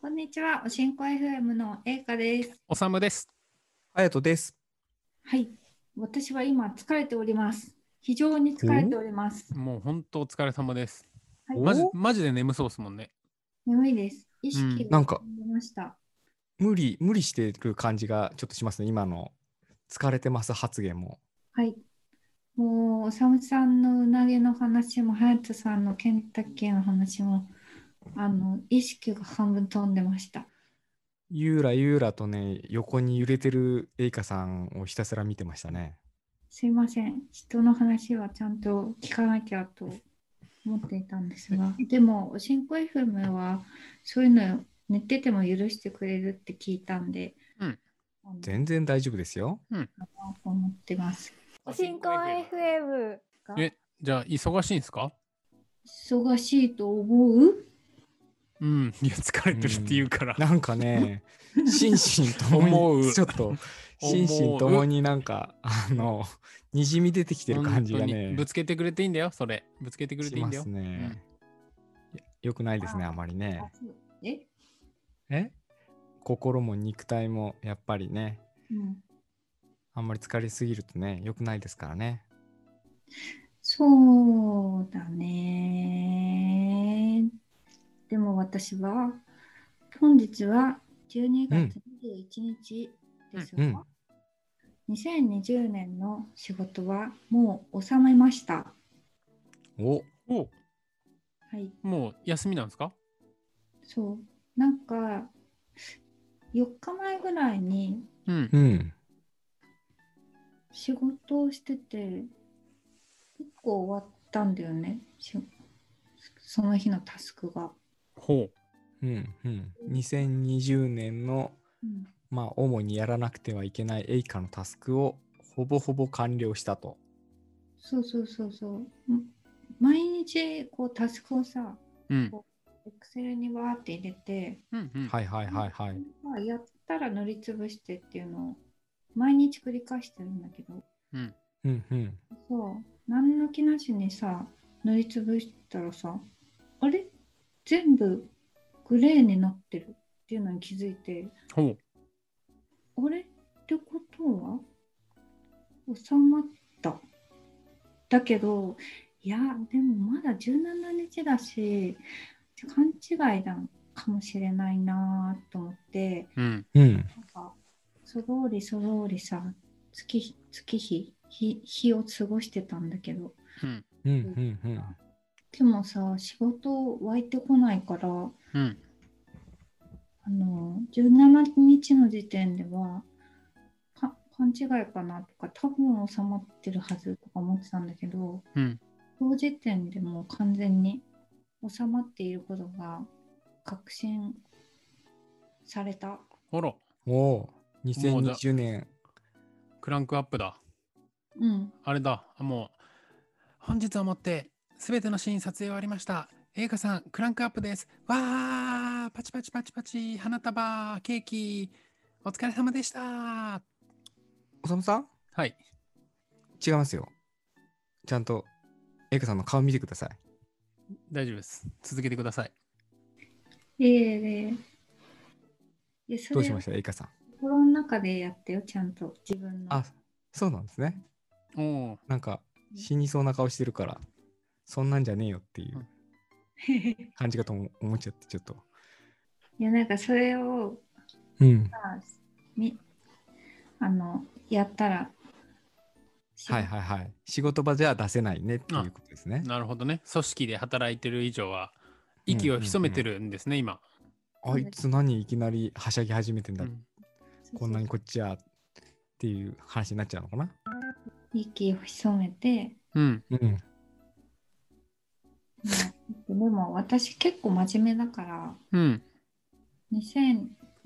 こんにちは、おしんこ FM のえいかです。おさむです。あやとです。はい、私は今疲れております。非常に疲れております。もう本当お疲れ様です。はいおマジマジで眠そうですもんね。眠いです。意識うんなんか出ました。無理、無理してる感じがちょっとしますね、今の。疲れてます発言も。はい。もう、おさむさんのうなぎの話も、はやとさんのケンタッキーの話も、あの、意識が半分飛んでました。ゆうらゆうらとね、横に揺れてるエイカさんをひたすら見てましたね。すいません。人の話はちゃんと聞かなきゃと思っていたんですが、でも、おしんこ FM はそういうの寝てても許してくれるって聞いたんで、うんあの全然大丈夫ですよ。思ってます。おしんこ FM。がえじゃあ忙しいんですか忙しいと思ううん。 いや疲れてるっていうから。なん かね、心身とも思うに、ちょっと、心身ともになんか、あの、にじみ出てきてる感じが本当ねに、ぶつけてくれていいんだよそれ。ぶつけてくれていしいんまだよ。すね。よくないですね、あまりね。え、え心も肉体も、やっぱりね、うん、あんまり疲れすぎるとね、良くないですからね。そうだね。でも私は、本日は12月21日ですうんが、2020年の仕事はもう収めました。おおはい、もう休みなんですかそう。なんか、4日前ぐらいにうんう。ん。仕事をしてて結構終わったんだよねしその日のタスクが、ほうんうん、2020年の、うん、まあ、主にやらなくてはいけないエイカのタスクをほぼほぼ完了したと。そうそうそうそうん毎日こうタスクをさう。うん。エクセルにわーって入れて、うんうん。はいはいはいはい。まあ、やったら塗りつぶしてっていうのを毎日繰り返してるんだけどうん。うんうん。そう何の気なしにさ塗りつぶしたらさあれ全部グレーになってるっていうのに気づいてほう。あれってことは収まった。だけど、いや、でもまだ17日だし、勘違いなんかもしれないなと思って、うん。うん。なんか、そろりそろりさ、月日、月日、日日を過ごしてたんだけど、うん。うんうんうん。でもさ、仕事湧いてこないから、うん。あの17日の時点ではか勘違いかなとか多分収まってるはずとか思ってたんだけどうん。当時点でもう完全に収まっていることが確信されたほら。おおう、2020年。クランクアップだ。うんあれだ。あもう。本日をもってすべてのシーン撮影終わりました。映画さんクランクアップです。わーパチパチパチパチ花束ケーキお疲れ様でした。はおさむさんい。違いますよ。ちゃんとエイカさんの顔見てください。大丈夫です。続けてください。ええええでそどうしれをましたエイカさん。心の中でやってよちゃんと自分の あ、そうなんですね。おお。なんか死にそうな顔してるから、そんなんじゃねえよっていう感じかと思思っちゃって、ちょっと。いやなんかそれをうん。みあのやったらはいはいはい。仕事場じゃ出せないねっていうことですね。なるほどね。組織で働いてる以上は息を潜めてるんですね、今。あいつ何いきなりはしゃぎ始めてんだ、うんそうそうこんなにこっちはっていう話になっちゃうのかな。息を潜め て、うん。うん。まあでも私結構真面目だからうん。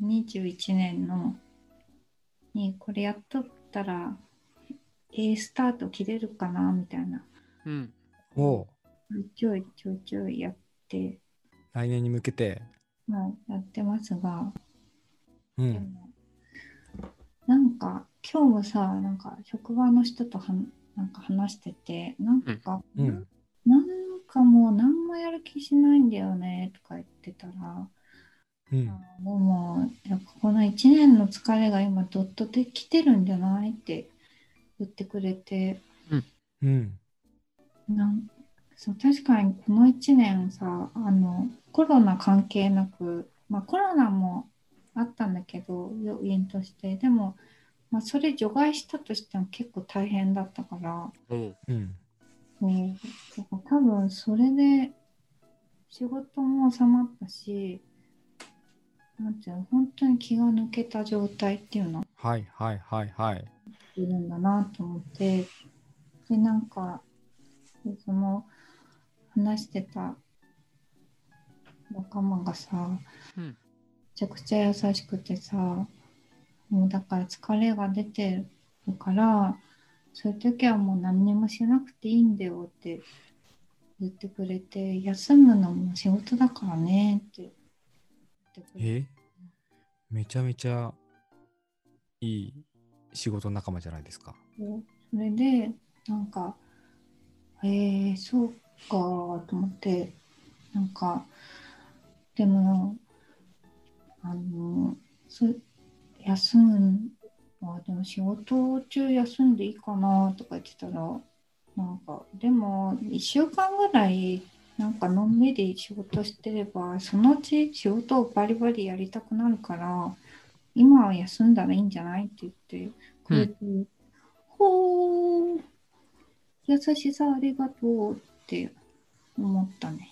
2021年のにこれやっとったら A スタート切れるかなみたいなうん。おうちょいちょいちょいやって、来年に向けて。まあ、やってますがうでん。もなんか今日もさなんか職場の人とはんなんか話しててなんか、うん。なんかもう何もやる気しないんだよねとか言ってたらうんあでもやっぱこの1年の疲れが今ドッとできてるんじゃないって言ってくれてうんなんそう確かにこの1年さあのコロナ関係なく、まあ、コロナもあったんだけど要因としてでも、まあ、それ除外したとしても結構大変だったからうんうんそうだから多分それで仕事も収まったしなんていうの本当に気が抜けた状態っていうのはいはいはいはいいるんだなと思ってでなんかその話してた仲間がさめうんちゃくちゃ優しくてさもうだから疲れが出てるからそういう時はもう何にもしなくていいんだよって言ってくれて休むのも仕事だからねって言ってくれてえめちゃめちゃいい仕事仲間じゃないですかそうそれでなんかえー、そうかと思ってなんかでもあのそ休むのはでも仕事中休んでいいかなとか言ってたらなんかでも1週間ぐらいなんかのんびり仕事してればそのうち仕事をバリバリやりたくなるから今は休んだらいいんじゃないって言ってくれて、ほー優しさありがとうって思ったね。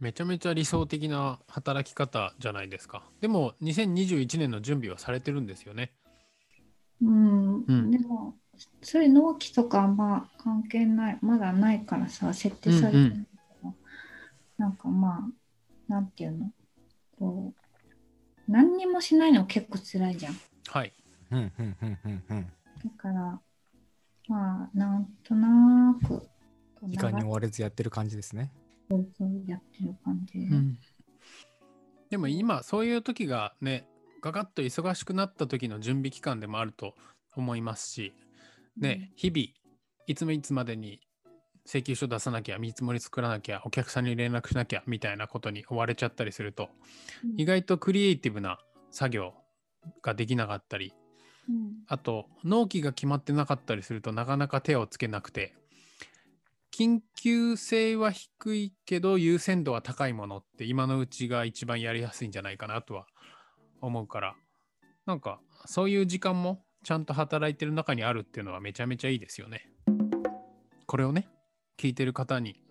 めちゃめちゃ理想的な働き方じゃないですか。でも2021年の準備はされてるんですよね。うん、んでもそういう納期とかはまあ関係ないまだないからさ設定されてるけど、なんかまあなんていうのこう何にもしないの結構辛いじゃん。はい。うんうんうんうんうんだからまあなんとなくこう時間に長追われずやってる感じですねくやってる感じ。でも今そういう時がねガガッと忙しくなった時の準備期間でもあると思いますし、ね、日々いつもいつまでに請求書出さなきゃ見積もり作らなきゃお客さんに連絡しなきゃみたいなことに追われちゃったりするとうん意外とクリエイティブな作業ができなかったりうんあと納期が決まってなかったりするとなかなか手をつけなくて緊急性は低いけど優先度は高いものって今のうちが一番やりやすいんじゃないかなとは思うからなんかそういう時間もちゃんと働いてる中にあるっていうのはめちゃめちゃいいですよね。これをね聞いてる方に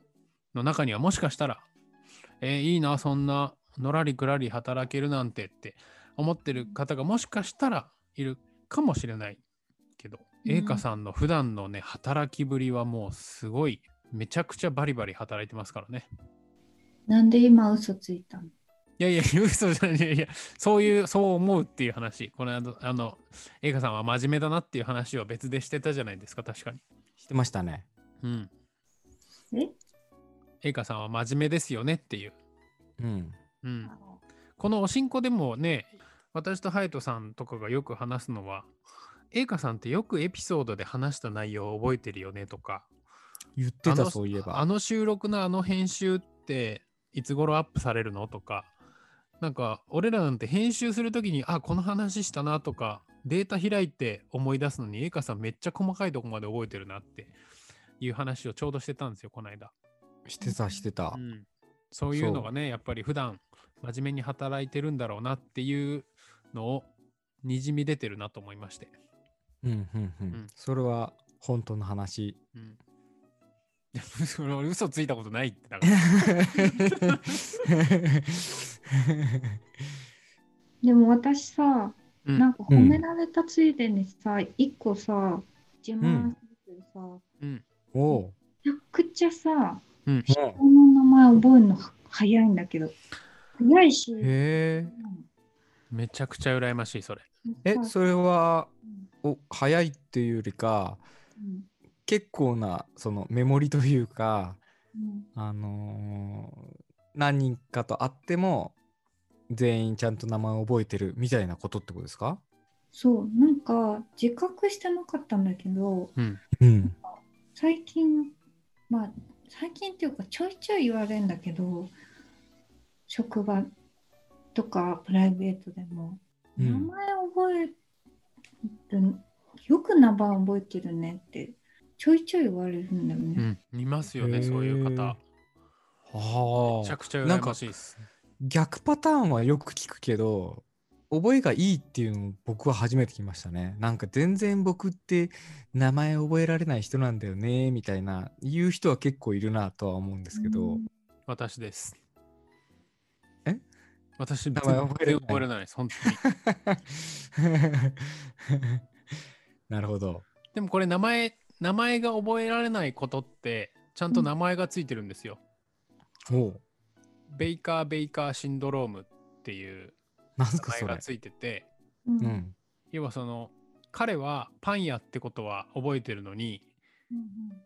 の中にはもしかしたら「えーいいなそんなのらりくらり働けるなんて」って思ってる方がもしかしたらいるかもしれないけど、うん栄華さんの普段のね働きぶりはもうすごいめちゃくちゃバリバリ働いてますからね。なんで今嘘ついたのいやいや、嘘じゃないいやいや、そういう、そう思うっていう話。この間、あの、栄華さんは真面目だなっていう話を別でしてたじゃないですか、確かに。してましたねうん。え栄華さんは真面目ですよねっていう。うんうん。このおしんこでもね、私とハヤトさんとかがよく話すのは、栄華さんってよくエピソードで話した内容を覚えてるよねとか、言ってあたのそういえばあの収録のあの編集っていつ頃アップされるのとかなんか俺らなんて編集するときにあこの話したなとかデータ開いて思い出すのにエイカさんめっちゃ細かいとこまで覚えてるなっていう話をちょうどしてたんですよこの間、してたしてたうんそういうのがそうねやっぱり普段真面目に働いてるんだろうなっていうのをにじみ出てるなと思いまして、うんうんううんんそれは本当の話うん、でもそれ 俺嘘ついたことないって だからでも私さ、うんなんか褒められたついでにさ、一個さ、自慢するけどさ、うんおおめちゃくちゃさ、うんこの名前覚えるのは早いんだけど、早いし、へめちゃくちゃ羨ましいそれ。ええさそれはうんお早いっていうよりかうん結構なそのメモリというかうんあのー何人かと会っても全員ちゃんと名前を覚えてるみたいなことってことですかそう、なんか自覚してなかったんだけど、うんうん最近、まあ、最近っていうかちょいちょい言われるんだけど、職場とかプライベートでも、うん名前覚えるよく名前覚えてるねってちょいちょい言われるんだよね。うん、いますよね、へーそういう方。はめちゃくちゃなん羨かましいです。逆パターンはよく聞くけど覚えがいいっていうのを僕は初めて聞きましたねなんか全然僕って名前覚えられない人なんだよねみたいな言う人は結構いるなとは思うんですけど、うん私です。え私、全名前然覚えれない覚えれないです、本当に。 なるほどでもこれ、名前、名前が覚えられないことって、ちゃんと名前がついてるんですよ。おうベイカー・ベイカーシンドロームっていうなんす名か前そがれついてて、うんううんん要はその、彼はパン屋ってことは覚えてるのに、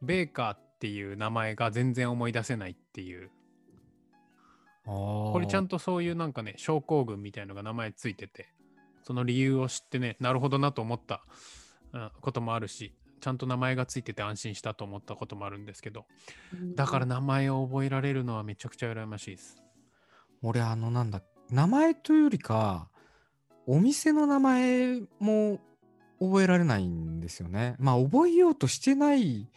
ベーカーっていう名前が全然思い出せないっていう、ここれちゃんとそういうなんかね、症候群みたいのが名前ついてて、その理由を知ってね、なるほどなと思ったあこともあるし、ちゃんと名前がついてて安心したと思ったこともあるんですけど、うんだから名前を覚えられるのはめちゃくちゃ羨ましいです。俺あのなんだ名前というよりかお店の名前も覚えられないんですよねまあ覚えようとしてない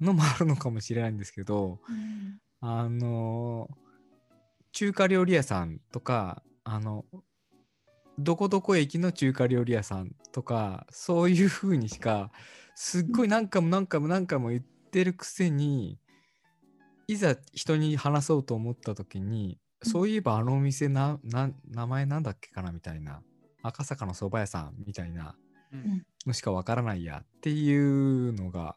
のもあるのかもしれないんですけどうんあの中華料理屋さんとかあのどこどこ駅の中華料理屋さんとかそういう風にしかすっごい何回も何回も何回も言ってるくせにいざ人に話そうと思った時にそういえばあのお店なな名前なんだっけかなみたいな赤坂の蕎麦屋さんみたいなうんのしかわからないやっていうのが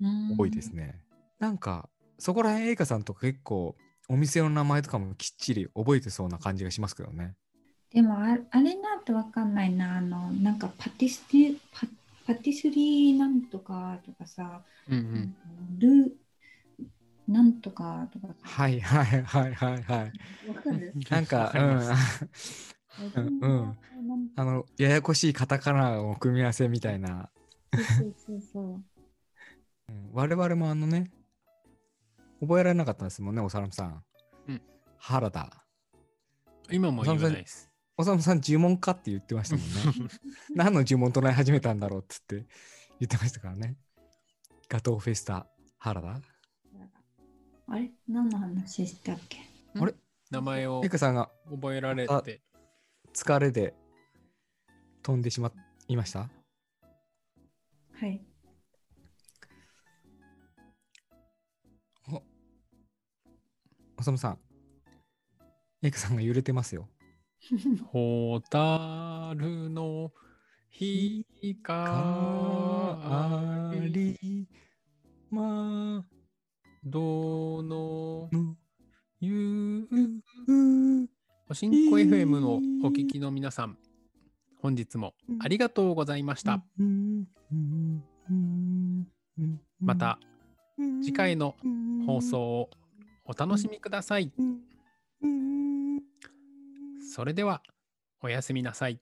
うん多いですね。なんかそこら辺映画さんとか結構お店の名前とかもきっちり覚えてそうな感じがしますけどね。でもああれなんてわかんないなあのなんかパティスリパパティスリーなんとかとかさ、うんう。うんルなんとかとかさはいはいはいはい はい。わかるなん かわりますうんうんなんあのややこしいカタカナの組み合わせみたいな。そうそうそううん我々もあのね覚えられなかったんですもんねおさらむさん。うん原田。今も言わないです。おさむさん呪文かって言ってましたもんね。 何の呪文唱え始めたんだろうっつって言ってましたからね。ガトーフェスタ原田。あれ何の話したっけ名前をエカさんが覚えられて。疲れで飛んでしまいましたはいおさむさん。エクさんが揺れてますよ。ホタルの光りまどのぬゆううおしんこ FM のお聞きの皆さん、本日もありがとうございました。また次回の放送をお楽しみください。それではおやすみなさい。